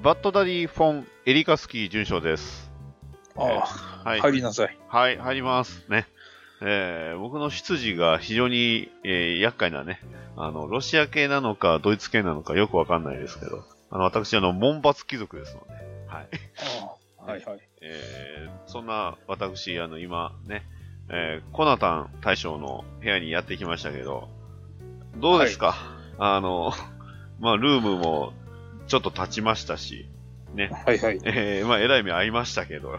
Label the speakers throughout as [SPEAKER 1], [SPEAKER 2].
[SPEAKER 1] ー、バッドダディ・フォン・エリカスキー准将です。
[SPEAKER 2] あ
[SPEAKER 1] は
[SPEAKER 2] あ、
[SPEAKER 1] い。
[SPEAKER 2] 入りなさい。
[SPEAKER 1] はい、入りますね。えー僕の出自が非常に、えー厄介なね、あの、ロシア系なのか、ドイツ系なのかよくわかんないですけど、あの、私、あの、門閥貴族ですので、はい。
[SPEAKER 2] ああはいはい。
[SPEAKER 1] えーそんな私、あの、今ね、えーコナタン大将の部屋にやってきましたけど、どうですか、あの、 まあ、ルームもちょっと経ちましたし、
[SPEAKER 2] はいはい。
[SPEAKER 1] えーまあ、えらい目合いましたけど、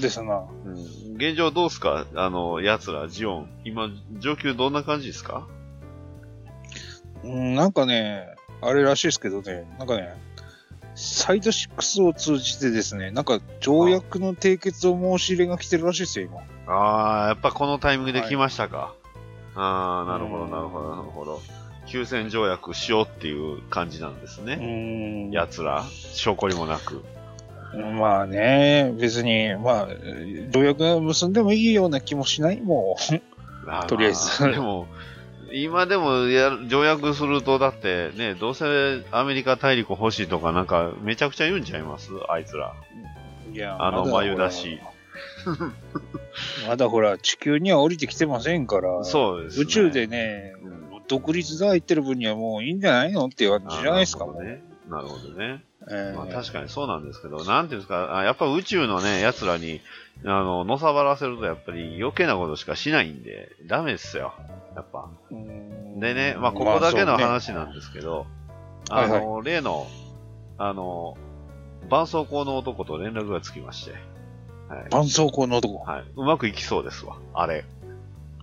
[SPEAKER 2] ですな。
[SPEAKER 1] うん現状どうすかあの、奴ら、ジオン。今、状況どんな感じですか
[SPEAKER 2] うんなんかね、あれらしいですけどね、なんかね、サイド6を通じてですね、なんか条約の締結を申し入れが来てるらしいですよ、今。
[SPEAKER 1] ああ、やっぱこのタイミングで
[SPEAKER 2] はい
[SPEAKER 1] 来ましたか。ああ、なるほど、
[SPEAKER 2] うん
[SPEAKER 1] なるほど、なるほど。休戦条約しようっていう感じなんです
[SPEAKER 2] う
[SPEAKER 1] ね。
[SPEAKER 2] ん。
[SPEAKER 1] 奴ら、証拠にもなく。
[SPEAKER 2] まあね、別に、まあ、条約が結んでもいいような気もしないもう。
[SPEAKER 1] ま
[SPEAKER 2] とりあえず
[SPEAKER 1] でも、今でもやる条約すると、だってね、どうせアメリカ大陸欲しいとか、なんかめちゃくちゃ言うんちゃいますあいつら。
[SPEAKER 2] いや
[SPEAKER 1] あの
[SPEAKER 2] ま
[SPEAKER 1] 眉出し。
[SPEAKER 2] まだほら、地球には降りてきてませんから。
[SPEAKER 1] そうです、ね。
[SPEAKER 2] 宇宙でね、
[SPEAKER 1] うん、
[SPEAKER 2] 独立だ言ってる分にはもういいんじゃないのっていう感じじゃないですか、
[SPEAKER 1] あー
[SPEAKER 2] もう。
[SPEAKER 1] なるほどね。なるほどね。
[SPEAKER 2] ええ
[SPEAKER 1] まあ、確かにそうなんですけど、なんていうんですか、あやっぱ宇宙のね、奴らに、あの、のさばらせると、やっぱり余計なことしかしないんで、ダメですよ。やっぱ。
[SPEAKER 2] うん
[SPEAKER 1] でね、まあ、ここだけの
[SPEAKER 2] まあ
[SPEAKER 1] 話なんですけど、
[SPEAKER 2] まあ
[SPEAKER 1] あ
[SPEAKER 2] そうね
[SPEAKER 1] の、例の、あの、絆創膏の男と連絡がつきまして、はい。
[SPEAKER 2] 絆創膏の男。
[SPEAKER 1] はい、うまくいきそうですわ、あれ。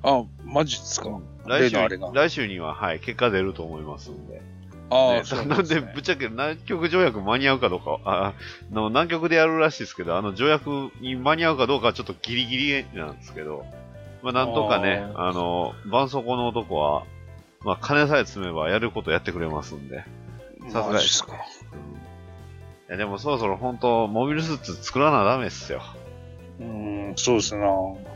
[SPEAKER 2] あ、マジですか。
[SPEAKER 1] 来
[SPEAKER 2] 例
[SPEAKER 1] 週
[SPEAKER 2] のあれが、
[SPEAKER 1] 来週には、はい、結果出ると思いますんで。
[SPEAKER 2] あ
[SPEAKER 1] ね
[SPEAKER 2] あ、そう
[SPEAKER 1] なん
[SPEAKER 2] す
[SPEAKER 1] で、
[SPEAKER 2] ね
[SPEAKER 1] ぶっちゃけ南極条約間に合うかどうか、ああの南極でやるらしいですけど、あの条約に間に合うかどうかはちょっとギリギリなんですけど、まあ、なんとかね、
[SPEAKER 2] あ
[SPEAKER 1] あの、絆創膏の男は、まあ、金さえ積めばやることやってくれますんで。さすが
[SPEAKER 2] マ
[SPEAKER 1] に
[SPEAKER 2] ジっすか。
[SPEAKER 1] うんいやでもそろそろ本当、モビルスーツ作らなダメっすよ。
[SPEAKER 2] うん、そうですな。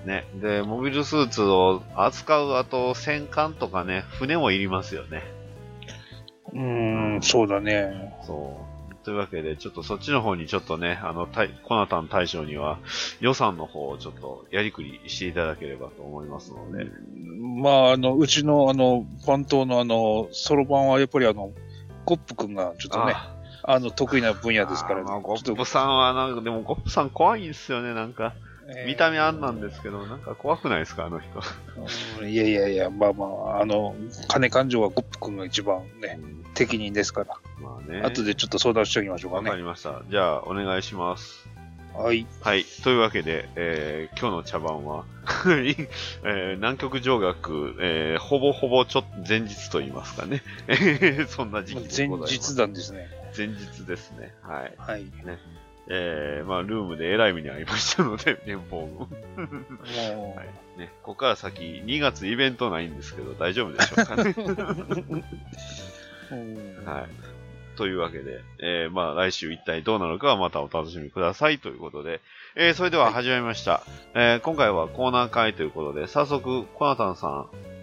[SPEAKER 1] ね。で、モビルスーツを扱う、あと戦艦とかね、船もいりますよね。
[SPEAKER 2] うん、そうだね。
[SPEAKER 1] そう。というわけで、ちょっとそっちの方にちょっとね、あの、たいコナタン大将には予算の方をちょっとやりくりしていただければと思いますので。
[SPEAKER 2] まあ、あの、うちの、あの、番頭の、あの、そろばんは、やっぱり、あの、コップくんが、ちょっとね、あ
[SPEAKER 1] あ
[SPEAKER 2] の、得意な分野ですから、
[SPEAKER 1] あーまあゴ
[SPEAKER 2] ち
[SPEAKER 1] ッ
[SPEAKER 2] ょっと
[SPEAKER 1] プさんはなんか、でもゴップさん怖いんですよね、なんか。
[SPEAKER 2] えー
[SPEAKER 1] 見た目あんなんですけど、なんか怖くないですか、あの人。
[SPEAKER 2] うんいやいやいや、まあまあ、あの、金勘定はゴップ君が一番ね、適任ですから、
[SPEAKER 1] まあね。
[SPEAKER 2] 後でちょっと相談しておきましょうか
[SPEAKER 1] わか
[SPEAKER 2] ね。
[SPEAKER 1] りました。じゃあ、お願いします。
[SPEAKER 2] はい。
[SPEAKER 1] はい。というわけで、えー今日の茶番は、 えー南極条約、えーほぼほぼちょっ前日と言いますかね。 そんな時期で
[SPEAKER 2] 前
[SPEAKER 1] ございます。
[SPEAKER 2] 日談ですね。
[SPEAKER 1] 前日ですね。はい。
[SPEAKER 2] はい。
[SPEAKER 1] えー、まあ、ルームでえらい目に遭いましたので、連邦軍。
[SPEAKER 2] も
[SPEAKER 1] はい。ね、ここから先、2月イベントないんですけど、大丈夫でしょうかね。
[SPEAKER 2] う、うん
[SPEAKER 1] はい。というわけで、えー、まあ、来週一体どうなのかはまたお楽しみくださいということで、えー、それでは始まりました。えー、今回はコーナー会ということで、早速、コナタンさ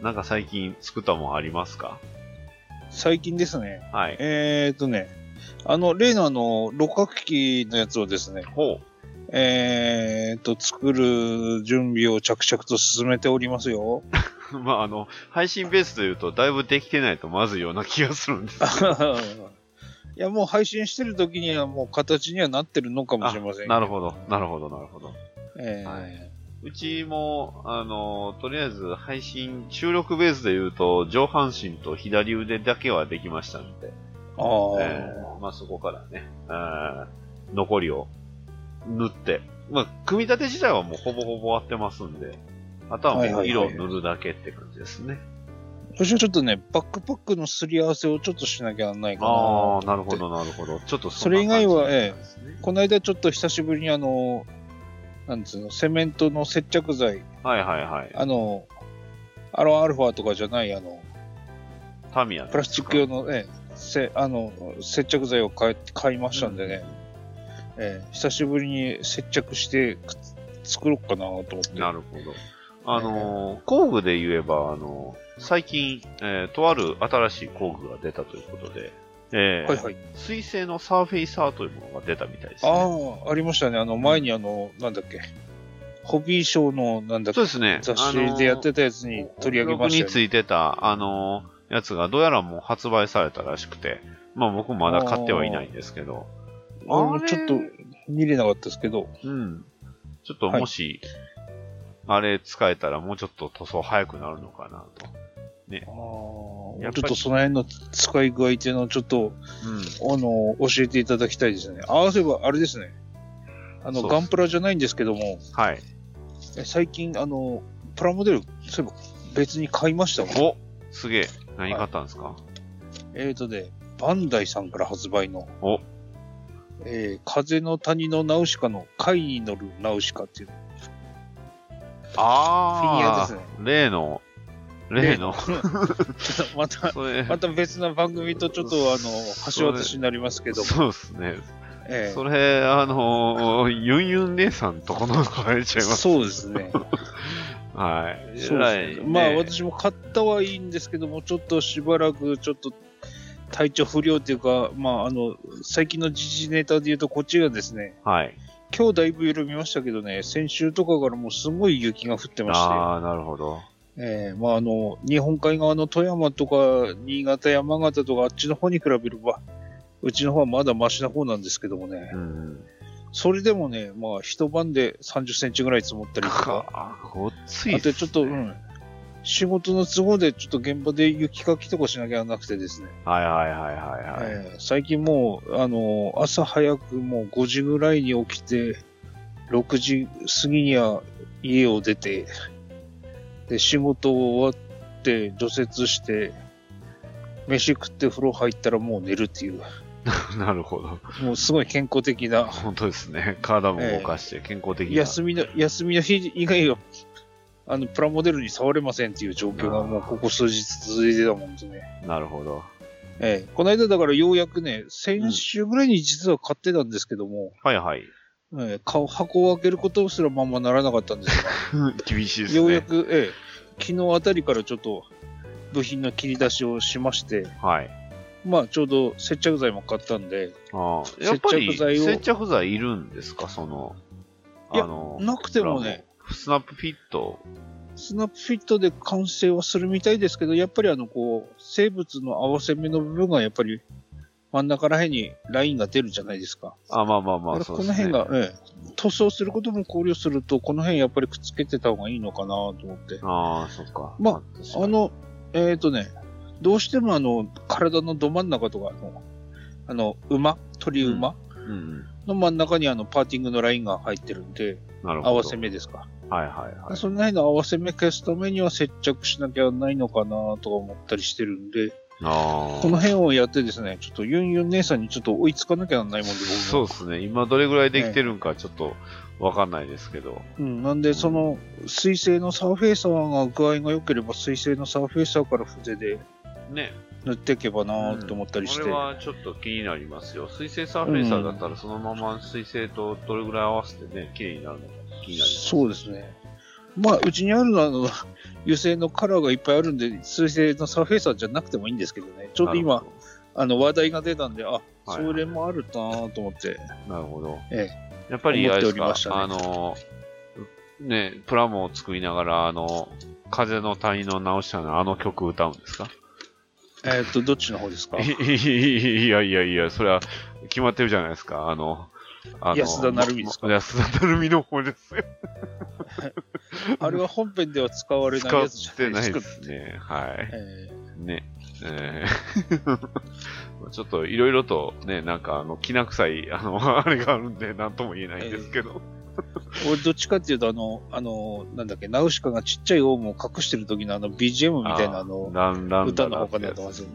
[SPEAKER 1] ん、なんか最近作ったもんありますか
[SPEAKER 2] 最近ですね、
[SPEAKER 1] はい。
[SPEAKER 2] えーっとね、あの、例のあの、六角機のやつをですね、
[SPEAKER 1] ほう。
[SPEAKER 2] えーっと、作る準備を着々と進めておりま すよ。
[SPEAKER 1] まあ、あの、配信ベースで言うと、だいぶできてないとまずいような気がするんですけど
[SPEAKER 2] いや、もう配信してる時にはもう形にはなってるのかもしれませんけ
[SPEAKER 1] なるほど、なるほど、なるほど。
[SPEAKER 2] えー
[SPEAKER 1] はいうんうちも、あの、とりあえず配信、収録ベースで言うと、上半身と左腕だけはできましたので、
[SPEAKER 2] あー
[SPEAKER 1] えーまあそこからね、あー残りを塗って、まあ、組み立て自体はもうほぼほぼ終わってますんで、あとは
[SPEAKER 2] はい
[SPEAKER 1] も
[SPEAKER 2] は
[SPEAKER 1] う
[SPEAKER 2] いは
[SPEAKER 1] 色
[SPEAKER 2] い
[SPEAKER 1] を塗るだけって感じですね。
[SPEAKER 2] 私はちょっとね、バックパックのすり合わせをちょっとしなきゃなんないかな。
[SPEAKER 1] ああ、なるほど、なるほど。ちょっとんな感じ
[SPEAKER 2] それ以外は
[SPEAKER 1] なんですね
[SPEAKER 2] この間ちょっと久しぶりにあの、なんつうの、セメントの接着剤、
[SPEAKER 1] はいはいはい。
[SPEAKER 2] あの、アロンアルファとかじゃない、あの、
[SPEAKER 1] タミヤ
[SPEAKER 2] プラスチック用の、ええせあの接着剤を買い買いましたんでね、ええ久しぶりに接着してく作ろうかなと思って。
[SPEAKER 1] なるほど。あのー工具で言えば、あのー最近、えーとある新しい工具が出たということで、えー
[SPEAKER 2] はいはい。
[SPEAKER 1] 水性のサーフェイサーというものが出たみたいです、ね。
[SPEAKER 2] ああ、ありましたね。あの、前にあの、なんだっけ、ホビーショーの、なんだっけ
[SPEAKER 1] そう、ですね。
[SPEAKER 2] 雑誌でやってたやつに取り上げ
[SPEAKER 1] ブロ
[SPEAKER 2] ました
[SPEAKER 1] グにつ
[SPEAKER 2] よ、ね。
[SPEAKER 1] いてた、あのーやつがどうやらもう発売されたらしくて、まあ僕まだ買ってはいないんですけど、
[SPEAKER 2] あのちょっと見れなかったですけど、
[SPEAKER 1] うん。ちょっともし、あれ使えたらもうちょっと塗装早くなるのかなと。
[SPEAKER 2] ああ
[SPEAKER 1] やっぱり
[SPEAKER 2] ちょっとその辺の使い具合っていうのをちょっと、
[SPEAKER 1] うん。
[SPEAKER 2] あの、教えていただきたいですね。合わせば、あれですね。あ
[SPEAKER 1] そう
[SPEAKER 2] の、
[SPEAKER 1] です
[SPEAKER 2] ガンプラじゃないんですけども、
[SPEAKER 1] はい。
[SPEAKER 2] え最近、あの、プラモデル、そういえば別に買いましたもん。
[SPEAKER 1] おすげえ。何買ったんですか、
[SPEAKER 2] えーとね、バンダイさんから発売の、
[SPEAKER 1] お
[SPEAKER 2] えー風の谷のナウシカの貝に乗るナウシカっていうフィギュア
[SPEAKER 1] あ
[SPEAKER 2] で
[SPEAKER 1] あ、
[SPEAKER 2] すね。
[SPEAKER 1] 例の、例の、
[SPEAKER 2] ちょっとまた、
[SPEAKER 1] それ、
[SPEAKER 2] また別な番組とちょっと、あの、橋渡しになりますけども、
[SPEAKER 1] そうですね。
[SPEAKER 2] え
[SPEAKER 1] それ、あのー、ユンユン姉さんとこの子入れち
[SPEAKER 2] ー
[SPEAKER 1] ゃいます。
[SPEAKER 2] そうです ね。
[SPEAKER 1] はい。え
[SPEAKER 2] そうです
[SPEAKER 1] ら
[SPEAKER 2] ね
[SPEAKER 1] い
[SPEAKER 2] まあ私も買ったはいいんですけども、ちょっとしばらくちょっと体調不良っていうか、まああの、最近の時事ネタで言うとこっちがですね、
[SPEAKER 1] はい。
[SPEAKER 2] 今日だいぶ緩みましたけどね、先週とかからもうすごい雪が降ってまして、
[SPEAKER 1] ああ、なるほど。
[SPEAKER 2] えーまああの、日本海側の富山とか新潟、山形とかあっちの方に比べれば、うちの方はまだマシな方なんですけどもね
[SPEAKER 1] う、ん。
[SPEAKER 2] それでもね、まあ一晩で30センチぐらい積もったりとか、
[SPEAKER 1] あー、ごっつい
[SPEAKER 2] あとちょっと、うん、仕事の都合でちょっと現場で雪かきとかしなきゃなくてですね、
[SPEAKER 1] はいはいはいはいはい。
[SPEAKER 2] えー最近もう、あの朝早くもう5時ぐらいに起きて、6時過ぎには家を出て、で、仕事終わって、除雪して、飯食って風呂入ったらもう寝るっていう、
[SPEAKER 1] なるほど。
[SPEAKER 2] もうすごい健康的な、
[SPEAKER 1] 本当ですね。体も動かして健康的な。
[SPEAKER 2] 休みの、休みの日以外は、あの、プラモデルに触れませんっていう状況がもうここ数日続いてたもんですね。
[SPEAKER 1] なるほど。
[SPEAKER 2] ええ、この間だからようやくね、先週ぐらいに実は買ってたんですけども、
[SPEAKER 1] はいはい。
[SPEAKER 2] ええ顔箱を開けることすらまんまならなかったんです
[SPEAKER 1] 厳しいで
[SPEAKER 2] が、
[SPEAKER 1] すね。
[SPEAKER 2] ようやく、ええ、昨日あたりからちょっと部品の切り出しをしまして、
[SPEAKER 1] はい。
[SPEAKER 2] まあちょうど接着剤も買ったんで、
[SPEAKER 1] ああ、やっぱり
[SPEAKER 2] 接着剤を
[SPEAKER 1] 接着剤いるんですかその、
[SPEAKER 2] いや
[SPEAKER 1] の
[SPEAKER 2] なくてもね、
[SPEAKER 1] スナップフィット。
[SPEAKER 2] スナップフィットで完成はするみたいですけど、やっぱりあのこう、生物の合わせ目の部分がやっぱり真ん中らへんにラインが出るじゃないですか。
[SPEAKER 1] あ、まあまあま
[SPEAKER 2] だ
[SPEAKER 1] あ、
[SPEAKER 2] か
[SPEAKER 1] そ
[SPEAKER 2] ら
[SPEAKER 1] うで
[SPEAKER 2] こ
[SPEAKER 1] す
[SPEAKER 2] の
[SPEAKER 1] ね。
[SPEAKER 2] 辺が、ええ塗装することも考慮すると、この辺やっぱりくっつけてた方がいいのかなと思って。
[SPEAKER 1] ああ、そっか。
[SPEAKER 2] まあ
[SPEAKER 1] 確かに
[SPEAKER 2] あ、の、えっ、とね、どうしてもあの、体のど真ん中とかの、あの、馬、鳥馬
[SPEAKER 1] うんうん、
[SPEAKER 2] の真ん中にあの、パーティングのラインが入ってるんで、
[SPEAKER 1] なるほど。
[SPEAKER 2] 合わせ。目ですか。
[SPEAKER 1] はいはいはい。
[SPEAKER 2] その辺の合わせ目消すためには接着しなきゃないのかなとか思ったりしてるんで、
[SPEAKER 1] あ
[SPEAKER 2] こ
[SPEAKER 1] あ。
[SPEAKER 2] の辺をやってですね、ちょっとユンユン姉さんにちょっと追いつかなきゃなんないもんで、僕も
[SPEAKER 1] そうですね。今どれぐらいできてるんかちょっとわかんないですけど。
[SPEAKER 2] うん、なんで、その、水性のサーフェイサーが具合が良ければ、水性のサーフェイサーから筆で
[SPEAKER 1] ね。
[SPEAKER 2] 塗っていけばなーって思ったりして、
[SPEAKER 1] これはちょっと気になりますよ。水性サーフェイサーだったらそのまま水性とどれぐらい合わせてね、綺麗になるのか気になります。
[SPEAKER 2] そうですね。まあ、うちにあるのは、あの、油性のカラーがいっぱいあるんで、水性のサーフェイサーじゃなくてもいいんですけどね、ちょうど
[SPEAKER 1] な
[SPEAKER 2] 今
[SPEAKER 1] る、ほど。
[SPEAKER 2] あの、話題が出たんで、あ、
[SPEAKER 1] はい
[SPEAKER 2] それもあるなーと思って、
[SPEAKER 1] なるほど。
[SPEAKER 2] え
[SPEAKER 1] やっぱりあれです
[SPEAKER 2] 思
[SPEAKER 1] か、
[SPEAKER 2] っており
[SPEAKER 1] あ
[SPEAKER 2] ま
[SPEAKER 1] の、ね、プラモを作りながら、あの、風の谷の直したのあの曲歌うんですか
[SPEAKER 2] えーっ、と、どっちの方ですか
[SPEAKER 1] いやいやいや、それは決まってるじゃないですか、あの、あの
[SPEAKER 2] 安田成美ですか
[SPEAKER 1] 安田成美の方ですよ。
[SPEAKER 2] あれは本編では使われない
[SPEAKER 1] 使
[SPEAKER 2] やつじ
[SPEAKER 1] っ
[SPEAKER 2] ゃ
[SPEAKER 1] て
[SPEAKER 2] な
[SPEAKER 1] ない
[SPEAKER 2] い
[SPEAKER 1] で
[SPEAKER 2] ですか。
[SPEAKER 1] すね。はい。
[SPEAKER 2] えー
[SPEAKER 1] ね。えーちょっといろいろとね、なんかあの、きな臭い、あの、あれがあるんで、なんとも言えないんですけど。
[SPEAKER 2] 俺どっちかっていうと、あの、あの、なんだっけ、ナウシカがちっちゃいオウムを隠してる時のあの BGM みたいなあの、
[SPEAKER 1] ランラン
[SPEAKER 2] 歌
[SPEAKER 1] ラ
[SPEAKER 2] の
[SPEAKER 1] ラ
[SPEAKER 2] 方
[SPEAKER 1] って
[SPEAKER 2] かな
[SPEAKER 1] やつ
[SPEAKER 2] と思いますよね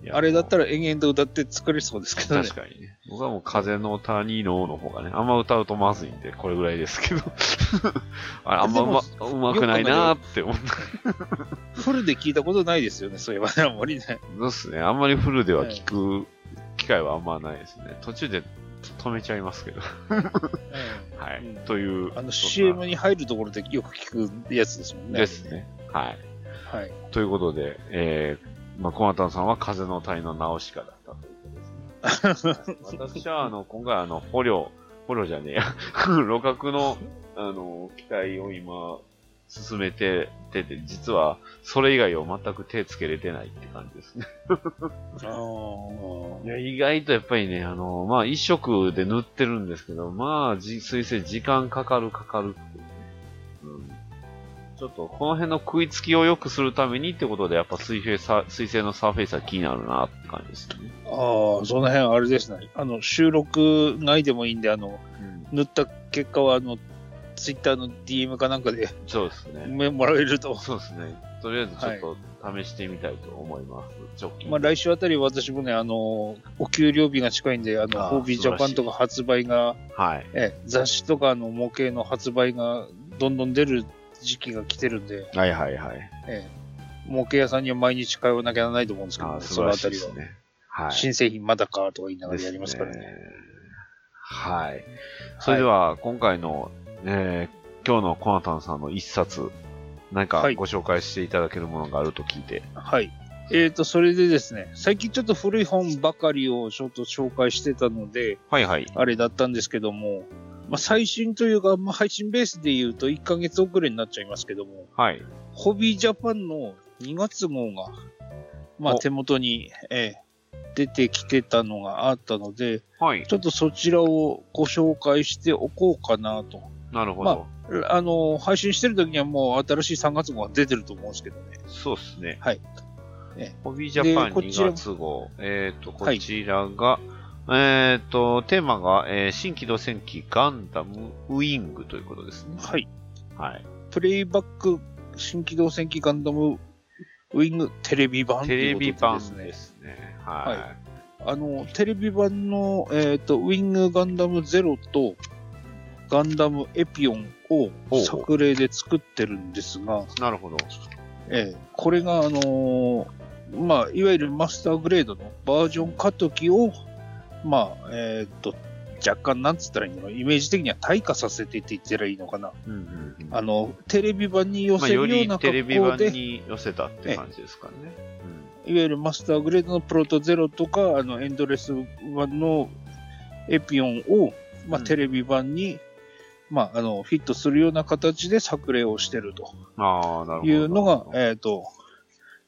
[SPEAKER 1] うんいや
[SPEAKER 2] あれだったら延々と歌って作れそうですけどね
[SPEAKER 1] 確。かにね。僕はもう風の谷の王の方がね、あんま歌うとまずいんで、これぐらいですけど。 あれあんまうま
[SPEAKER 2] で
[SPEAKER 1] うまくないなーって思った。
[SPEAKER 2] フルで聞いたことないですよね、そういえばね、あんまりね。
[SPEAKER 1] そうっすね。あんまりフルでは聞く機会はあんまないですね。途中で止めちゃいますけど。はい。
[SPEAKER 2] うん
[SPEAKER 1] という。そ
[SPEAKER 2] あの
[SPEAKER 1] んな
[SPEAKER 2] CM に入るところでよく聞くやつですもんね。
[SPEAKER 1] ですね。はい。
[SPEAKER 2] はい。
[SPEAKER 1] ということで、えー、まあ、コナタンさんは風の谷の直し家だったということですね。私は、あの、今回、あの、捕虜、捕虜じゃねえや、 路角の、あの、機体を今、進めててて、実は、それ以外を全く手つけれてないって感じですね。
[SPEAKER 2] あ
[SPEAKER 1] い
[SPEAKER 2] ー
[SPEAKER 1] や意外とやっぱりね、あの、まあ、一色で塗ってるんですけど、まあ、じ水星時間かかるかかるっていうね。うんちょっと、この辺の食いつきを良くするためにってことで、やっぱ水平さ、水星のサーフェイスは気になるなって感じですね。
[SPEAKER 2] あー、その辺あれですね。あの、収録外でもいいんで、あの、塗った結果は、あの、ツイッターの DM かなんか で
[SPEAKER 1] そうですね。
[SPEAKER 2] もらえると。
[SPEAKER 1] そうですね。とりあえずちょっと試してみたいと思います。直近
[SPEAKER 2] まあ、来週あたり私もね、あの、お給料日が近いんで、あの、
[SPEAKER 1] あー
[SPEAKER 2] ホービージャパンとか発売が、
[SPEAKER 1] はい。
[SPEAKER 2] ええ雑誌とかあの模型の発売がどんどん出る時期が来てるんで、
[SPEAKER 1] はいはいはい。
[SPEAKER 2] ええ模型屋さんには毎日通わなきゃならないと思うんですけど、
[SPEAKER 1] あ
[SPEAKER 2] ね、
[SPEAKER 1] ー
[SPEAKER 2] そ
[SPEAKER 1] 素晴
[SPEAKER 2] の
[SPEAKER 1] ら
[SPEAKER 2] あ
[SPEAKER 1] しい
[SPEAKER 2] た
[SPEAKER 1] で
[SPEAKER 2] り
[SPEAKER 1] す
[SPEAKER 2] は。
[SPEAKER 1] ね。はい。
[SPEAKER 2] 新製品まだかとか言いながらやりますからね。
[SPEAKER 1] ですねはい。それでは、今回の、えー今日のコナタンさんの一冊、何か
[SPEAKER 2] はい
[SPEAKER 1] ご紹介していただけるものがあると聞いて。
[SPEAKER 2] はい。えー、と、それでですね、最近ちょっと古い本ばかりをちょっと紹介してたので、
[SPEAKER 1] はいはい。
[SPEAKER 2] あれだったんですけども、まあ、最新というか、まあ、配信ベースで言うと1ヶ月遅れになっちゃいますけども、
[SPEAKER 1] はい。
[SPEAKER 2] ホビージャパンの2月号が、まあ、
[SPEAKER 1] お
[SPEAKER 2] 手元に、ええ出てきてたのがあったので、
[SPEAKER 1] はい。
[SPEAKER 2] ちょっとそちらをご紹介しておこうかなと。
[SPEAKER 1] なるほど。
[SPEAKER 2] あの、配信してる時にはもう新しい3月号が出てると思うんですけどね。
[SPEAKER 1] そうですね。
[SPEAKER 2] はいえ
[SPEAKER 1] ホビージャパン
[SPEAKER 2] でこちら
[SPEAKER 1] 2月号。えっ、と、
[SPEAKER 2] は
[SPEAKER 1] こ
[SPEAKER 2] い
[SPEAKER 1] ちらが、えっ、と、テーマが、えー新機動戦機ガンダムウィングということですね。
[SPEAKER 2] はい。
[SPEAKER 1] はい。
[SPEAKER 2] プレイバック新機動戦機ガンダムウィングテレビ版と
[SPEAKER 1] テ
[SPEAKER 2] い
[SPEAKER 1] レ
[SPEAKER 2] うこと
[SPEAKER 1] ビ版
[SPEAKER 2] ですね
[SPEAKER 1] で。すね。は
[SPEAKER 2] あの、テレビ版の、えっ、と、ウィングガンダムゼロとガンダムエピオンを
[SPEAKER 1] ほう
[SPEAKER 2] 作例で作ってるんですが、
[SPEAKER 1] い。なるほど。
[SPEAKER 2] ええこれが、あのーまあ、いわゆるマスターグレードのバージョン過渡期を、まあ、えっ、と、若干、なんつったらいいのかな、イメージ的には退化させてって言ったらいいのかな。
[SPEAKER 1] うんうんうん
[SPEAKER 2] あの、テレビ版に寄
[SPEAKER 1] まあ、
[SPEAKER 2] せるよ
[SPEAKER 1] よ
[SPEAKER 2] う
[SPEAKER 1] り
[SPEAKER 2] な
[SPEAKER 1] テ
[SPEAKER 2] 格
[SPEAKER 1] レビ
[SPEAKER 2] 好
[SPEAKER 1] 版
[SPEAKER 2] で、
[SPEAKER 1] に寄せたって感じですかね。
[SPEAKER 2] いわゆるマスターグレードのプロトゼロとか、あのエンドレス版のエピオンを、まあ、
[SPEAKER 1] うん
[SPEAKER 2] テレビ版に、まあ、あの、フィットするような形で作例をしてると
[SPEAKER 1] うん、ああ、なるほど。
[SPEAKER 2] いうのが、
[SPEAKER 1] え
[SPEAKER 2] えっ、と、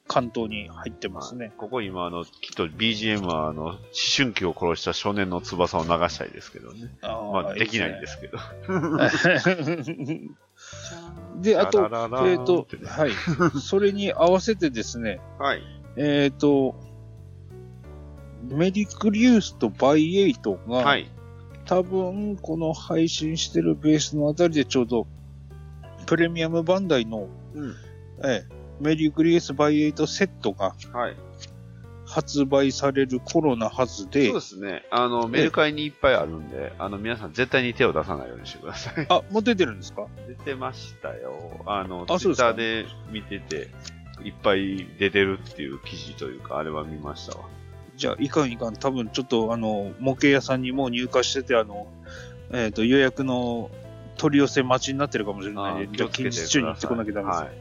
[SPEAKER 2] 関東に入ってますね。
[SPEAKER 1] ここ今、あの、きっと BGM は、あの、思春期を殺した少年の翼を流したいですけどね。
[SPEAKER 2] あ
[SPEAKER 1] まあ、できないんですすけど。
[SPEAKER 2] ね。 で、あと、えっ、
[SPEAKER 1] ラララーン
[SPEAKER 2] と
[SPEAKER 1] って、ね
[SPEAKER 2] はい。それに合わせてですね、
[SPEAKER 1] はい。
[SPEAKER 2] えっ、と、メリクリウスとバイエイトが、
[SPEAKER 1] はい。
[SPEAKER 2] 多分この配信してるベースのあたりでちょうどプレミアムバンダイの、
[SPEAKER 1] うん
[SPEAKER 2] ええメリークリエスバイエイトセットが
[SPEAKER 1] はい。
[SPEAKER 2] 発売される頃なはずで
[SPEAKER 1] そうで、すね。あの、メルカリにいっぱいあるんで、あの、皆さん絶対に手を出さないようにしてください。
[SPEAKER 2] あ、もう出てるんですか
[SPEAKER 1] 出てましたよ。あの、
[SPEAKER 2] あ
[SPEAKER 1] ツ
[SPEAKER 2] そ
[SPEAKER 1] イ
[SPEAKER 2] う
[SPEAKER 1] ッ
[SPEAKER 2] ですか
[SPEAKER 1] ターで見てて、いっぱい出てるっていう記事というか、あれは見ましたわ。
[SPEAKER 2] じゃあ、いかんいかん、多分ちょっとあの、模型屋さんにもう入荷してて、あの、えっ、と、予約の取り寄せ待ちになってるかもしれ
[SPEAKER 1] あ
[SPEAKER 2] ないん
[SPEAKER 1] ー
[SPEAKER 2] で、じゃあ近日中に行ってこなきゃダメです。
[SPEAKER 1] はい。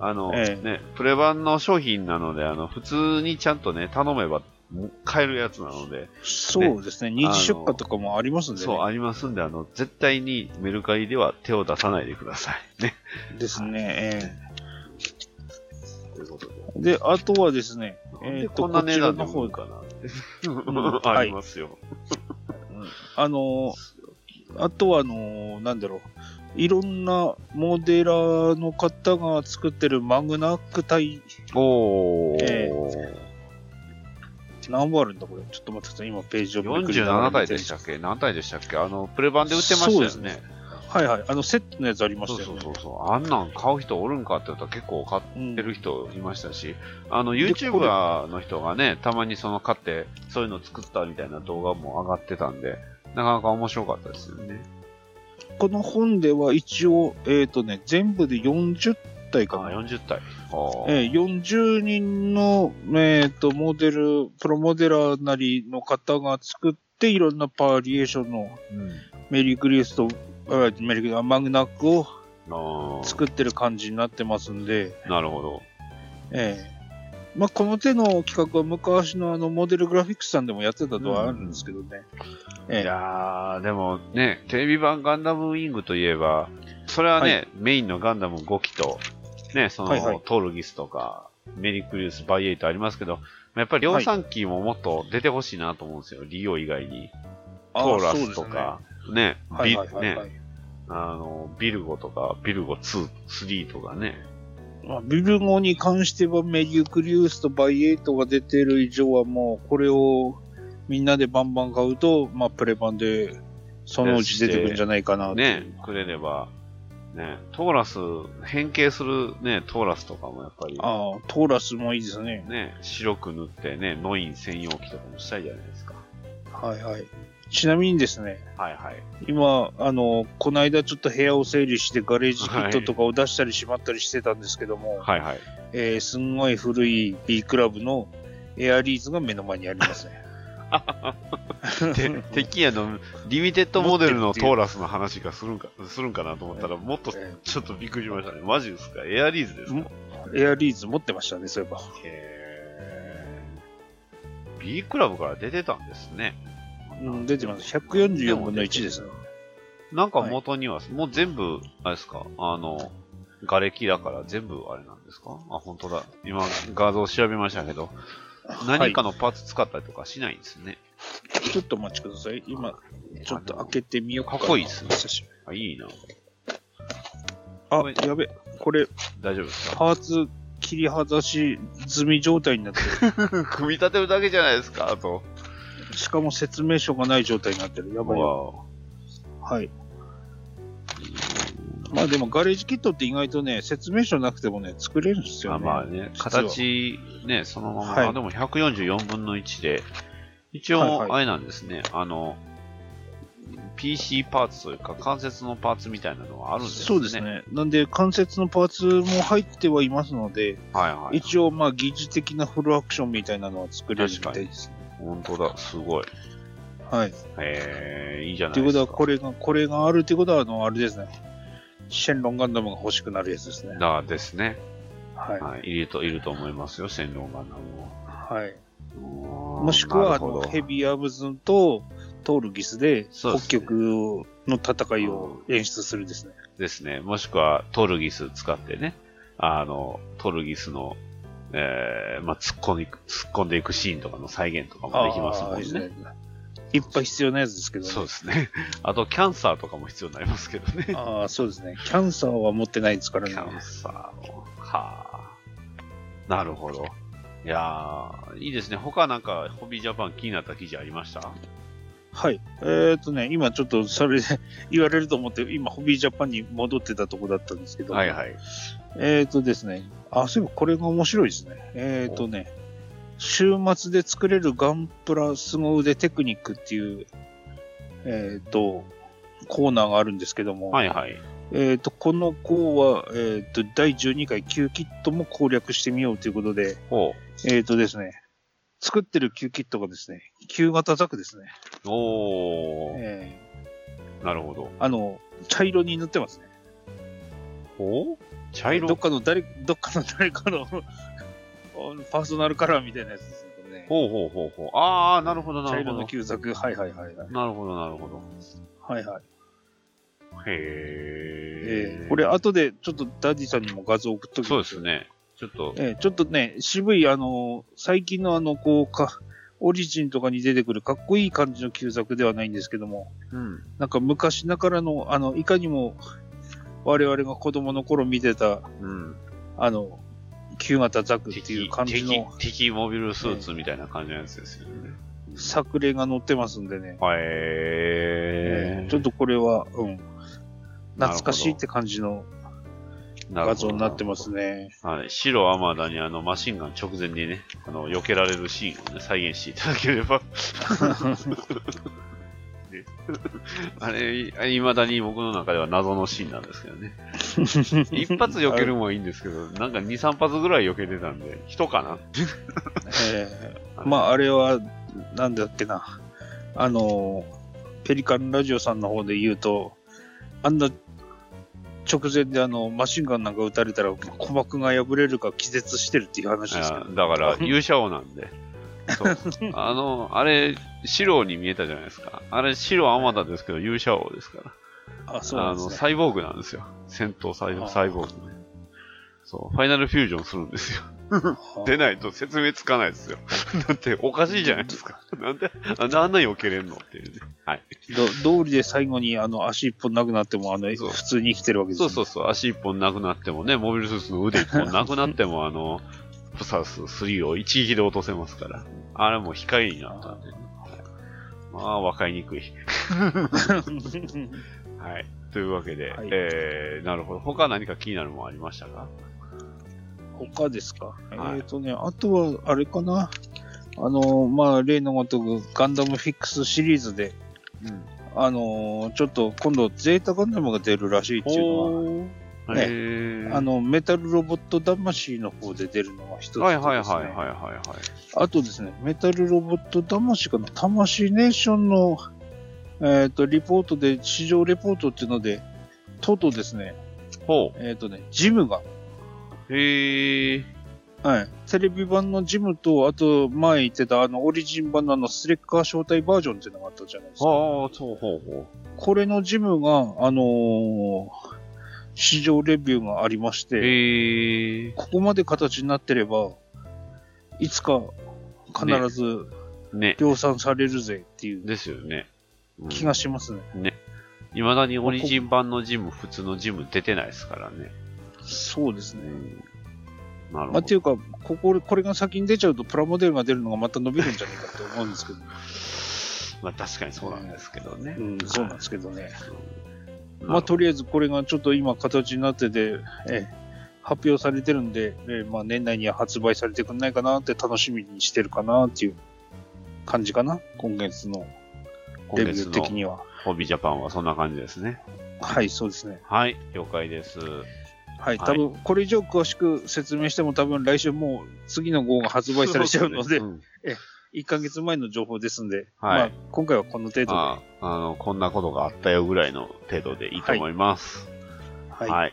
[SPEAKER 1] あの、
[SPEAKER 2] ええ
[SPEAKER 1] ね、プレ版の商品なので、あの、普通にちゃんとね、頼めばも買えるやつなので、
[SPEAKER 2] そうですね、二次出荷とかもありますんで
[SPEAKER 1] そう、
[SPEAKER 2] ね。
[SPEAKER 1] ありますんで、あの、絶対にメルカリでは手を出さないでください。ね。
[SPEAKER 2] ですね、ええ
[SPEAKER 1] ということで。
[SPEAKER 2] で、あとはですね、
[SPEAKER 1] なん
[SPEAKER 2] え
[SPEAKER 1] で
[SPEAKER 2] っと
[SPEAKER 1] こんな値段で
[SPEAKER 2] こ
[SPEAKER 1] も
[SPEAKER 2] ちら
[SPEAKER 1] い
[SPEAKER 2] の
[SPEAKER 1] いか
[SPEAKER 2] 方
[SPEAKER 1] なって。
[SPEAKER 2] ん
[SPEAKER 1] ありますよ。
[SPEAKER 2] あのー、あとはあのー、なんだろう、いろんなモデラーの方が作ってるマグナック体
[SPEAKER 1] おー。
[SPEAKER 2] え何本あるんだこれ。ちょっと待ってください。今ページをめくりなが
[SPEAKER 1] 47
[SPEAKER 2] ら
[SPEAKER 1] 体
[SPEAKER 2] 見て
[SPEAKER 1] でしたっけ何体でしたっけあの、プレ版で売ってましたよ
[SPEAKER 2] そうで
[SPEAKER 1] ね
[SPEAKER 2] す。はいはい。あの、セットのやつありま
[SPEAKER 1] そ
[SPEAKER 2] し
[SPEAKER 1] う
[SPEAKER 2] たよ
[SPEAKER 1] そ
[SPEAKER 2] ね。
[SPEAKER 1] うそうそう。あんなん買う人おるんかって言ったら結構買っ
[SPEAKER 2] うん
[SPEAKER 1] てる人いましたし、あの、
[SPEAKER 2] で
[SPEAKER 1] YouTuber の人がね、たまにその買って、そういうの作ったみたいな動画も上がってたんで、なかなか面白かったですよね。
[SPEAKER 2] この本では一応、えっ、とね、全部で40体
[SPEAKER 1] あ
[SPEAKER 2] かな。
[SPEAKER 1] 40体。はあ
[SPEAKER 2] えー40人の、えっとモデル、プロモデラーなりの方が作って、いろんなバリエーションの
[SPEAKER 1] うん
[SPEAKER 2] メリークリスト、あメリークリスト、マグナックを
[SPEAKER 1] あー
[SPEAKER 2] 作ってる感じになってますんで、
[SPEAKER 1] なるほど。
[SPEAKER 2] ええまあ、この手の企画は昔のあのモデルグラフィックスさんでもやってたとはあるんですけどね。え
[SPEAKER 1] い
[SPEAKER 2] え
[SPEAKER 1] やー、でもね、テレビ版ガンダムウィングといえば、それはね、
[SPEAKER 2] は
[SPEAKER 1] メインのガンダム5機と、ね、その、
[SPEAKER 2] はいはい
[SPEAKER 1] トールギスとか、メリークリウス、バイエイトありますけど、やっぱり量産機ももっと出てほしいなと思うんですよ、リオ以外に。
[SPEAKER 2] あ
[SPEAKER 1] トーラ
[SPEAKER 2] そう
[SPEAKER 1] ス
[SPEAKER 2] です
[SPEAKER 1] と
[SPEAKER 2] ね
[SPEAKER 1] か、ね、
[SPEAKER 2] はい
[SPEAKER 1] ビ
[SPEAKER 2] はいはいは
[SPEAKER 1] ね
[SPEAKER 2] い、
[SPEAKER 1] あの、ビルゴとか、ビルゴ2、3とかね。
[SPEAKER 2] まあ、ビルゴに関してはメリークリウスとバイエイトが出てる以上はもうこれをみんなでバンバン買うと、まあ、プレ版でそのうち出てくるんじゃないかなと
[SPEAKER 1] ね、くれれば、ね、トーラス、変形するね、トーラスとかもやっぱり、
[SPEAKER 2] ああトーラスもいいですね
[SPEAKER 1] ね、白く塗ってね、ノイン専用機とかもしたいじゃないですか。
[SPEAKER 2] はいはいちなみにですね
[SPEAKER 1] はいはい。
[SPEAKER 2] 今あのこの間ちょっと部屋を整理してガレージキットとかを出したりしまったりしてたんですけども、
[SPEAKER 1] はい はい。
[SPEAKER 2] えーすんごい古い B クラブのエアリーズが目の前にあります ね
[SPEAKER 1] で、てっきりあの、リミテッドモデルのトーラスの話がするんか、するんかなと思ったら、もっと、
[SPEAKER 2] え
[SPEAKER 1] ちょっとびっくりしましたね。マジですかエアリーズです
[SPEAKER 2] ん
[SPEAKER 1] か
[SPEAKER 2] ーエアリーズ持ってましたねそういえば
[SPEAKER 1] へー B クラブから出てたんですね。
[SPEAKER 2] うん、出てます。144分の1ですね。
[SPEAKER 1] なんか元には、もう全部、あれですか、あの、瓦礫だから全部あれなんですかあ、本当だ。今、画像調べましたけど、何かのパーツ使ったりとかしないんですね。
[SPEAKER 2] ちょっとお待ちください。今、ちょっと開けてみようかな。
[SPEAKER 1] かっこいいですね
[SPEAKER 2] 久しぶり
[SPEAKER 1] あ、いいな。
[SPEAKER 2] あ
[SPEAKER 1] ごめん、
[SPEAKER 2] やべ。これ、
[SPEAKER 1] 大丈夫ですか
[SPEAKER 2] パーツ切り外し済み状態になって
[SPEAKER 1] 組み立てるだけじゃないですか、あと。
[SPEAKER 2] る。しかも説明書がない状態になってる。やばいよ。
[SPEAKER 1] わ
[SPEAKER 2] はい。まあでも、ガレージキットって意外とね、説明書なくてもね、作れるんです
[SPEAKER 1] あ
[SPEAKER 2] よね。
[SPEAKER 1] まあね、
[SPEAKER 2] 実は
[SPEAKER 1] 形、ね、そのまま、
[SPEAKER 2] はい
[SPEAKER 1] あでも144分の1で、一
[SPEAKER 2] はいは
[SPEAKER 1] 応、
[SPEAKER 2] い
[SPEAKER 1] あれなんですね、あの、PC パーツというか、関節のパーツみたいなのはあるんですね。
[SPEAKER 2] そうです。ね。なんで、関節のパーツも入ってはいますので、
[SPEAKER 1] はいはい。
[SPEAKER 2] 一応、まあ、疑似的なフルアクションみたいなのは作れるみたいですね。
[SPEAKER 1] 本当だ、すごい。
[SPEAKER 2] はい。
[SPEAKER 1] えー、いいじゃ
[SPEAKER 2] っ
[SPEAKER 1] な
[SPEAKER 2] て
[SPEAKER 1] い
[SPEAKER 2] いう
[SPEAKER 1] です
[SPEAKER 2] こと
[SPEAKER 1] か。
[SPEAKER 2] は、これが、これがあるっていうことは、あの、あれですね。シェンロンガンダムが欲しくなるやつですね。
[SPEAKER 1] だですね。
[SPEAKER 2] はい。
[SPEAKER 1] はい。いると、いると思いますよ、線路ガンダ
[SPEAKER 2] はい。
[SPEAKER 1] ムを。
[SPEAKER 2] もしくは、あ
[SPEAKER 1] なるほ
[SPEAKER 2] の、
[SPEAKER 1] ど
[SPEAKER 2] ヘビーアブズンとトールギスで、
[SPEAKER 1] そうですね
[SPEAKER 2] 北極の戦いを演出するですね。
[SPEAKER 1] ですね。もしくは、トルギス使ってね、あの、トルギスの、えー、まあ、突っ込んでいく、突っ込んでいくシーンとかの再現とかもできますも
[SPEAKER 2] あーいい
[SPEAKER 1] ん
[SPEAKER 2] で
[SPEAKER 1] ね。
[SPEAKER 2] すねいっぱい必要なやつですけどね。
[SPEAKER 1] そうですね。 あと、キャンサーとかも必要になりますけどね。
[SPEAKER 2] ああ、そうですね。キャンサーは持ってないですから
[SPEAKER 1] キ
[SPEAKER 2] ね。
[SPEAKER 1] ャンサーを。はあ。なるほど。いやー、いいですね。他なんか、ホビージャパン気になった記事ありました
[SPEAKER 2] はい。えっ、とね、今ちょっとそれで 言われると思って、今、ホビージャパンに戻ってたとこだったんですけど、
[SPEAKER 1] はいはい。
[SPEAKER 2] えーとですね、あ、そういえばこれが面白いですね。えーとね、週末で作れるガンプラ凄腕テクニックっていう、えーと、コーナーがあるんですけども、
[SPEAKER 1] はいはい。
[SPEAKER 2] えーと、この項は、えーと、第12回 Q キットも攻略してみようということで、
[SPEAKER 1] ほ
[SPEAKER 2] えーとですね、作ってる Q キットがですね、Q 型ザクですね。
[SPEAKER 1] う。おー、
[SPEAKER 2] え
[SPEAKER 1] なるほど。
[SPEAKER 2] ーあの、茶色に塗ってますね。
[SPEAKER 1] お茶
[SPEAKER 2] ど
[SPEAKER 1] 色
[SPEAKER 2] っ。かの誰、どっかの誰かの あのパーソナルカラーみたいなやつですね。これね
[SPEAKER 1] ほうほうほうほう。ああ、なるほど、な
[SPEAKER 2] 茶
[SPEAKER 1] る
[SPEAKER 2] 色
[SPEAKER 1] ほ
[SPEAKER 2] の
[SPEAKER 1] ど。
[SPEAKER 2] 旧作。はいはいはいはい。
[SPEAKER 1] なるほど、なるほど。
[SPEAKER 2] はいは
[SPEAKER 1] へ
[SPEAKER 2] い。え
[SPEAKER 1] え。
[SPEAKER 2] ーこれ、後でちょっとダディさんにも画像送っとき
[SPEAKER 1] そう
[SPEAKER 2] ま。
[SPEAKER 1] ですすね。ちょっと、
[SPEAKER 2] えーちょっとね、渋い、あのー最近のあの、こうか、オリジンとかに出てくるかっこいい感じの旧作ではないんですけども、
[SPEAKER 1] うん。
[SPEAKER 2] なんか昔ながらの、あの、いかにも我々が子供の頃見てた、
[SPEAKER 1] うん。
[SPEAKER 2] あの、旧型ザクっていう
[SPEAKER 1] 敵
[SPEAKER 2] 感じの
[SPEAKER 1] 敵敵モビルスーツみたいな感じのやつですよね。
[SPEAKER 2] 作例が載ってますんでね、
[SPEAKER 1] はい、えー、
[SPEAKER 2] ちょっとこれは、うん、
[SPEAKER 1] なるほど
[SPEAKER 2] 懐かしいって感じの画像になってますね。
[SPEAKER 1] はい。白アマダにあのマシンガン直前にね、あの、避けられるシーンをね、再現していただければ。ねあれ、あれ未だに僕の中では謎のシーンなんですけど ね。一発避けるもはいいんですけど、なんか2、3発ぐらい避けてたんで、人かな
[SPEAKER 2] えーまあ、あれは、なんだっけな、あの、ペリカンラジオさんの方で言うと、あんな直前であのマシンガンなんか撃たれたら鼓膜が破れるか気絶してるっていう話ですけど
[SPEAKER 1] あ、だから、勇者王なんで。 そう。あの、あれ、白に見えたじゃないですか。あれ、白アマダですけど、勇者王ですから。
[SPEAKER 2] あ、そうな
[SPEAKER 1] あ
[SPEAKER 2] んです
[SPEAKER 1] の、
[SPEAKER 2] ね。
[SPEAKER 1] サイボーグなんですよ。戦闘サイ
[SPEAKER 2] あー
[SPEAKER 1] サイボーグね。そう、ファイナルフュージョンするんですよ。
[SPEAKER 2] あ
[SPEAKER 1] 出ないと説明つかない ですよ。だって、おかしいじゃないですか。なんで、なんであんな避けれんのっていうね。はい。
[SPEAKER 2] ど道理で最後にあの足一本なくなってもあの
[SPEAKER 1] そう
[SPEAKER 2] 普通に生きてるわけです、
[SPEAKER 1] そ
[SPEAKER 2] ね、
[SPEAKER 1] うそうそう、足一本なくなってもね、モビルスーツの腕一本なくなって も、あの、プサス3を一撃で落とせますから。あれも光になったんでね。はいまあ、わかりにくい。はい。というわけで、
[SPEAKER 2] はい
[SPEAKER 1] えー、なるほど。他何か気になるもんありましたか
[SPEAKER 2] 他ですか、
[SPEAKER 1] はい
[SPEAKER 2] えっ、とね、あとは、あれかな。あのー、まあ、例のごとく、ガンダムフィックスシリーズで、
[SPEAKER 1] うん。
[SPEAKER 2] あのー、ちょっと今度、ゼータガンダムが出るらしいっていうの
[SPEAKER 1] おー
[SPEAKER 2] ね
[SPEAKER 1] へー
[SPEAKER 2] は、あの、メタルロボット魂の方で出るのが一つです、ね。
[SPEAKER 1] はいはいはいはいはいはい。
[SPEAKER 2] あとですね、メタルロボット魂かな、魂ネーションの、えっ、と、リポートで、市場レポートっていうので、とうとうですね、
[SPEAKER 1] ほ
[SPEAKER 2] えっ、とね、ジムが、
[SPEAKER 1] う。へえ。
[SPEAKER 2] はい。テレビ版のジムと、あと、前言ってた、あの、オリジン版のあの、スレッカー招待バージョンっていうのがあったじゃないですか。
[SPEAKER 1] ああ、そうほうほう。
[SPEAKER 2] これのジムが、あのー市場レビューがありまして、
[SPEAKER 1] へえ。
[SPEAKER 2] ここまで形になってれば、いつか必ず
[SPEAKER 1] ね。
[SPEAKER 2] 量産されるぜっていう
[SPEAKER 1] ですよね。うん
[SPEAKER 2] 気がしますね。
[SPEAKER 1] いまだにオリジン版のジム、普通のジム出てないですからね。
[SPEAKER 2] そうです
[SPEAKER 1] う
[SPEAKER 2] ね。
[SPEAKER 1] ん。なる
[SPEAKER 2] まあ、
[SPEAKER 1] ほ
[SPEAKER 2] ってい
[SPEAKER 1] ど。
[SPEAKER 2] うか、ここ、これが先に出ちゃうと、プラモデルが出るのがまた伸びるんじゃないかと思うんですけど、
[SPEAKER 1] まあ確かにそうなんですけどね。
[SPEAKER 2] うん、そうなんですけどね。
[SPEAKER 1] うん
[SPEAKER 2] まあ、と
[SPEAKER 1] なる
[SPEAKER 2] りあえずこれがちょっと今形になってて、ええ発表されてるんで、ええまあ、年内には発売されてくんないかなって楽しみにしてるかなっていう感じかな。今月の
[SPEAKER 1] ほど今
[SPEAKER 2] レビュ
[SPEAKER 1] 月
[SPEAKER 2] ー的
[SPEAKER 1] の
[SPEAKER 2] には。
[SPEAKER 1] ホビージャパンはそんな感じですね。
[SPEAKER 2] はい、そうですね。
[SPEAKER 1] はい、了解です。
[SPEAKER 2] はい、
[SPEAKER 1] はい
[SPEAKER 2] 多分、これ以上詳しく説明しても多分来週もう次の号が発売されちゃうので、
[SPEAKER 1] ん
[SPEAKER 2] 1ヶ月前の情報ですんで、
[SPEAKER 1] はい
[SPEAKER 2] まあ、今回はこの程度で。は
[SPEAKER 1] まあ、あの、こんなことがあったよぐらいの程度でいいと思います。はい。
[SPEAKER 2] い。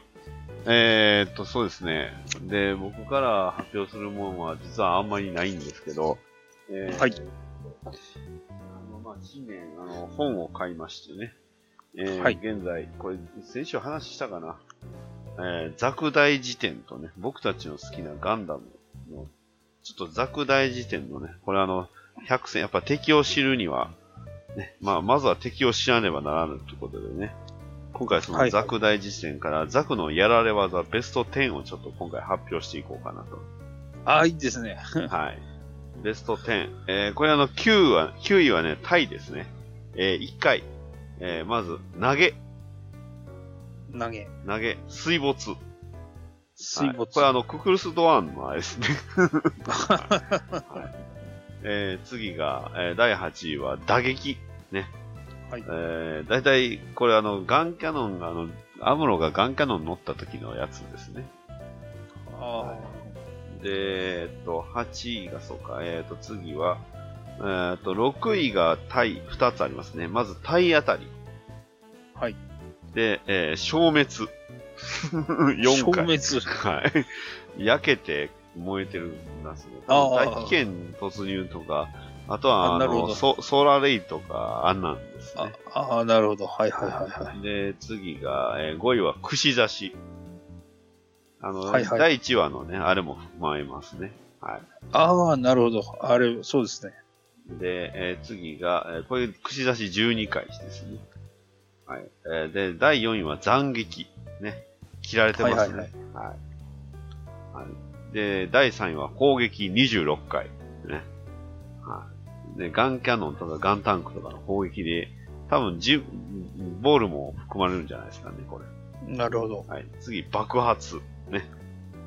[SPEAKER 1] えー、っと、そうですね。で、僕から発表するものは実はあんまりないんですけど、えー
[SPEAKER 2] はい
[SPEAKER 1] あの、まあ、新年、あの、本を買いましてね。えー
[SPEAKER 2] はい
[SPEAKER 1] 現在、これ、先週話したかな。えー、ザク大辞典とね、僕たちの好きなガンダムの、ちょっとザク大辞典のね、これあの、百戦、やっぱ敵を知るには、ね、まあ、まずは敵を知らねばならぬということでね、今回そ
[SPEAKER 2] は
[SPEAKER 1] の
[SPEAKER 2] い
[SPEAKER 1] ザク大辞典から、ザクのやられ技ベスト10をちょっと今回発表していこうかなと。
[SPEAKER 2] ああ、いいですね。
[SPEAKER 1] はい。ベスト10。えーこれあの、9は、9位はね、タイですね。え1回。えーまず、投げ、
[SPEAKER 2] 投げ、
[SPEAKER 1] 投げ、水没。
[SPEAKER 2] 水
[SPEAKER 1] はい
[SPEAKER 2] 没。
[SPEAKER 1] これあの、ククルス・ドアンのあれですね。 はいはいえー次が、えー第8位は打撃。ね。
[SPEAKER 2] はい
[SPEAKER 1] えー、大体、これあの、ガンキャノンが、あの、アムロがガンキャノン乗った時のやつですね。
[SPEAKER 2] あ
[SPEAKER 1] で、えっと、8位がそうか、えっと、次は、えっと、6位が体、2つありますね。まず体当たり。
[SPEAKER 2] はい。
[SPEAKER 1] で、えー消 滅。
[SPEAKER 2] あ
[SPEAKER 1] 4回。
[SPEAKER 2] 消滅。
[SPEAKER 1] はい。焼けて燃えてるんですね。
[SPEAKER 2] あー
[SPEAKER 1] 大気圏突入とか、あとは
[SPEAKER 2] あ
[SPEAKER 1] あ
[SPEAKER 2] なるほ
[SPEAKER 1] の
[SPEAKER 2] ど
[SPEAKER 1] ソソーラーレイとか、あんなんです
[SPEAKER 2] あ
[SPEAKER 1] ね。
[SPEAKER 2] あー、なるほど。はいはいはいはい。
[SPEAKER 1] で、次が、えー5位は串刺し。あの、
[SPEAKER 2] はいはい
[SPEAKER 1] 第1話のね、あれも踏まえますね。はい。
[SPEAKER 2] ああ、なるほど。あれ、そうですね。
[SPEAKER 1] で、えー次が、えーこれ、串刺し12回ですね。はい。えーで、第4位は斬撃。ね。切られてますね。
[SPEAKER 2] はいはい
[SPEAKER 1] はいはいで、第3位は攻撃26回。ね。はい。で、ガンキャノンとかガンタンクとかの攻撃で、多分じ、ボールも含まれるんじゃないですかね、これ。
[SPEAKER 2] なるほど。
[SPEAKER 1] はい。次、爆発。ね。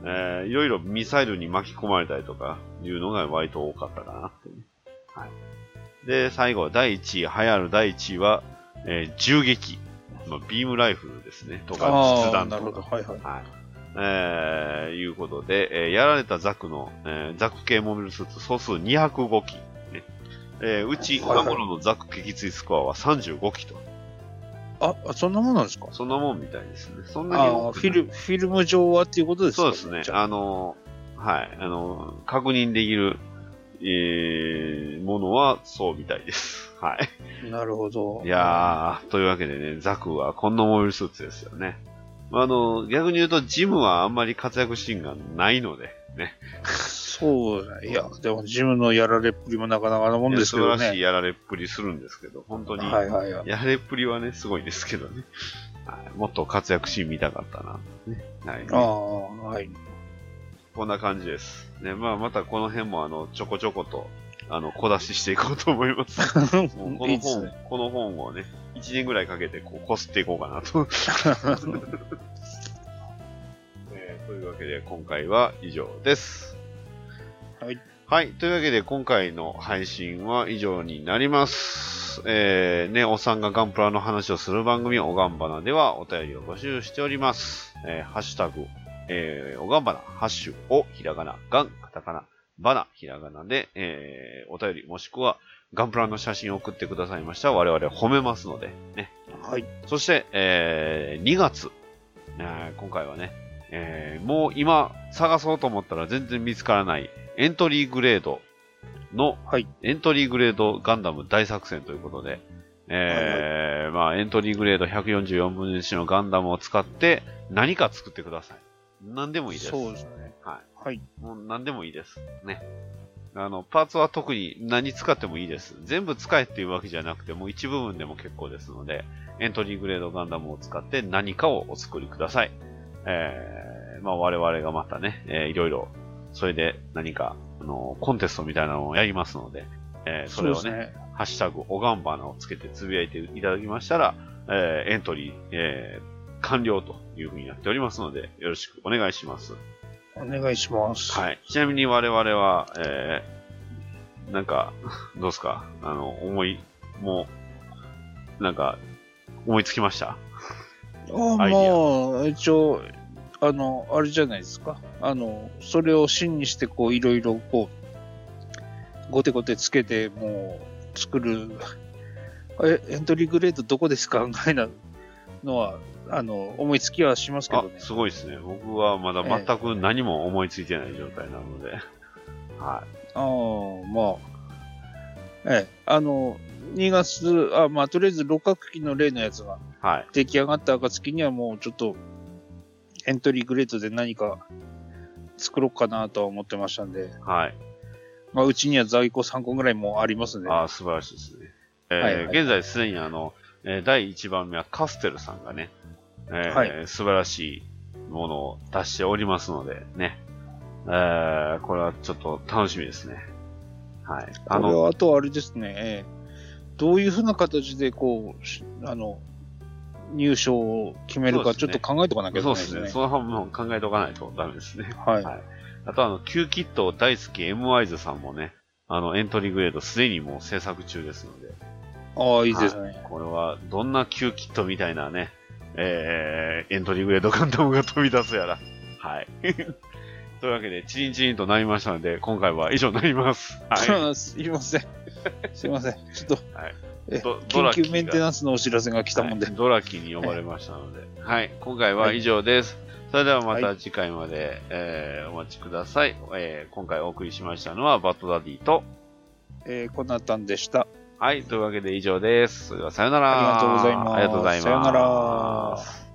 [SPEAKER 1] えー、いろいろミサイルに巻き込まれたりとかいうのが割と多かったかなってね。はい。で、最後、第1位、流行る第1位は、えー銃撃。まあ、ビームライフルですね。とか、実
[SPEAKER 2] ああ、
[SPEAKER 1] 弾とか。
[SPEAKER 2] なるほど。はいはい。
[SPEAKER 1] はい。えー、いうことで、えーやられたザクの、えーザク系モビルスーツ総数205機、ねえーうち
[SPEAKER 2] はいは
[SPEAKER 1] 今
[SPEAKER 2] い
[SPEAKER 1] 頃のザク撃墜スコアは35機と。
[SPEAKER 2] あ、あそんなもんなんですか
[SPEAKER 1] そんなもんみたいですね。そんなに
[SPEAKER 2] ああ、
[SPEAKER 1] 多
[SPEAKER 2] フ
[SPEAKER 1] くない
[SPEAKER 2] ィル、フィルム上はっていうことですか
[SPEAKER 1] そうですね。
[SPEAKER 2] じゃあ
[SPEAKER 1] あのー、はい。あのー、確認できる、えーものはそうみたいです。 はい。
[SPEAKER 2] なるほど。
[SPEAKER 1] いやー、というわけでね、ザクはこんなモビルスーツですよね。まああのー、逆に言うと、ジムはあんまり活躍シーンがないので、ね。
[SPEAKER 2] そうだ。いや、でもジムのやられっぷりもなかなかなもんですけど
[SPEAKER 1] 素晴らしい
[SPEAKER 2] ね。
[SPEAKER 1] やられっぷりするんですけど、本当に、
[SPEAKER 2] はいはいはい。
[SPEAKER 1] やられっぷりはね、すごいですけどね。はいもっと活躍シーン見たかったな、ね。はい。
[SPEAKER 2] ああ、 はい。
[SPEAKER 1] こんな感じです。ね、まあ、またこの辺も、あの、ちょこちょこと、あの、小出ししていこうと思います。もうこ
[SPEAKER 2] い
[SPEAKER 1] の
[SPEAKER 2] いです
[SPEAKER 1] 本、
[SPEAKER 2] ね。
[SPEAKER 1] この本をね、1年ぐらいかけて、こう、こすっていこうかな と。えーというわけで、今回は以上です。
[SPEAKER 2] はい。
[SPEAKER 1] はい。というわけで、今回の配信は以上になります。えー、ね、おっさんがガンプラの話をする番組、おがんばなではお便りを募集しております。えー、ハッシュタグ、えー、おがんばな、ハッシュ、お、ひらがな、がん、カタカナ、ばな、ひらがなで、えー、お便り、もしくは、ガンプラの写真を送ってくださいましたら我々褒めますので、ね。
[SPEAKER 2] はい。
[SPEAKER 1] そして、えー、2月、えー今回はね、えーもう今探そうと思ったら全然見つからないエントリーグレードの、
[SPEAKER 2] はい
[SPEAKER 1] エントリーグレードガンダム大作戦ということで、えーまあエントリーグレード144分の1のガンダムを使って何か作ってください。何でもいいです。
[SPEAKER 2] そうですね。。
[SPEAKER 1] はい
[SPEAKER 2] はい。
[SPEAKER 1] もう何でもいいです。ね。あの、パーツは特に何使ってもいいです。全部使えっていうわけじゃなくて、もう一部分でも結構ですので、エントリーグレードガンダムを使って何かをお作りください。えー、まあ我々がまたね、えーいろいろ、それで何か、あの、コンテストみたいなのをやりますので、えーそれを
[SPEAKER 2] そう
[SPEAKER 1] ね、
[SPEAKER 2] ですね。
[SPEAKER 1] ハッシュタグ、おがんばなをつけてつぶやいていただきましたら、えーエントリー、えー完了というふうになっておりますので、よろしくお願いします。
[SPEAKER 2] お願いします。
[SPEAKER 1] はい。ちなみに我々は、えー、なんか、どうっすかあの、思い、もう、なんか、思いつきました
[SPEAKER 2] あ
[SPEAKER 1] アイデ
[SPEAKER 2] まあ、一応、あの、あれじゃないですか。あの、それを芯にして、こう、いろいろ、こう、ごてごてつけて、もう、作る、え、エントリーグレードどこですかみたいなのは、あの、思いつきはしますけ
[SPEAKER 1] あ
[SPEAKER 2] ど、ね。
[SPEAKER 1] すごいですね。僕はまだ全く何も思いついてない状態なので。はい。
[SPEAKER 2] ああ、まあ、ええ、あの、2月、あまあ、とりあえず六角機の例のやつが
[SPEAKER 1] はい。
[SPEAKER 2] 出来上がった暁にはもうちょっとエントリーグレードで何か作ろうかなとは思ってましたんで、
[SPEAKER 1] はい。
[SPEAKER 2] まあ、うちには在庫3個ぐらいもうありますね。
[SPEAKER 1] あー素晴らしいですね。えー
[SPEAKER 2] はいはい
[SPEAKER 1] 現在すでにあの、えー第1番目はカステルさんがね、えー
[SPEAKER 2] は
[SPEAKER 1] 素晴らしいものを出しておりますので、ね。えーこれはちょっと楽しみですね。はい。
[SPEAKER 2] あのあとはあれですね、ええどういうふうな形でこうしあの入賞を決める
[SPEAKER 1] そう
[SPEAKER 2] か
[SPEAKER 1] で
[SPEAKER 2] ち
[SPEAKER 1] す
[SPEAKER 2] ょっ
[SPEAKER 1] ね
[SPEAKER 2] と考えとかなきゃいけ
[SPEAKER 1] そ
[SPEAKER 2] な
[SPEAKER 1] う
[SPEAKER 2] い
[SPEAKER 1] で
[SPEAKER 2] ですす
[SPEAKER 1] ね。
[SPEAKER 2] ね。
[SPEAKER 1] その半分考えとかないとダメですね。
[SPEAKER 2] はい、
[SPEAKER 1] はいあとあの、旧キット大好き M アイズさんもね、あの、エントリーグレードすでにもう制作中ですので、
[SPEAKER 2] ああ、いいですね。
[SPEAKER 1] これはどんな旧キットみたいなね、えー、エントリーグレードガンダムが飛び出すやら。はい。 というわけで、チリンチリンとなりましたので、今回は以上になります。は
[SPEAKER 2] すいません。すいません。ちょっと、
[SPEAKER 1] はい
[SPEAKER 2] ええ
[SPEAKER 1] ドドラ
[SPEAKER 2] 緊
[SPEAKER 1] キー
[SPEAKER 2] 急
[SPEAKER 1] が
[SPEAKER 2] メンテナンスのお知らせが来
[SPEAKER 1] い。
[SPEAKER 2] たもんで。
[SPEAKER 1] はいドラキーに呼ばれましたので、はい。今回は以上です。それではまた次回まで、えーお待ちください。えー今回お送りしましたのは、バッドダディと、
[SPEAKER 2] えー、こんなたんでした。
[SPEAKER 1] はい。というわけで以上です。それではさよなら。
[SPEAKER 2] ありがとうございます
[SPEAKER 1] ありがとうございます。
[SPEAKER 2] さよなら。